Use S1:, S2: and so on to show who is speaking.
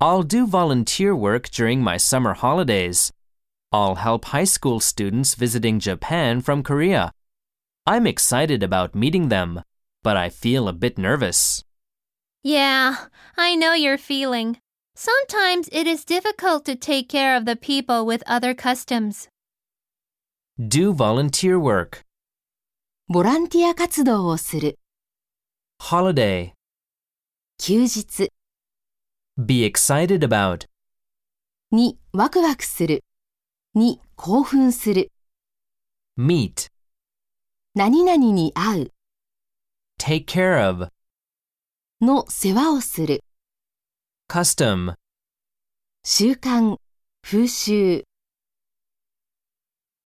S1: I'll do volunteer work during my summer holidays. I'll help high school students visiting Japan from Korea. I'm excited about meeting them, but I feel a bit nervous.
S2: Yeah, I know your feeling. Sometimes it is difficult to take care of the people with other customs.
S1: Do volunteer work.
S3: ボランティア活動をする、
S1: Holiday.
S3: 休日
S1: Be excited about.
S3: にワクワクする、に興奮する、
S1: Meet.
S3: 何々に会う
S1: Take care of.
S3: の世話をする、
S1: Custom.
S3: 習慣、風習。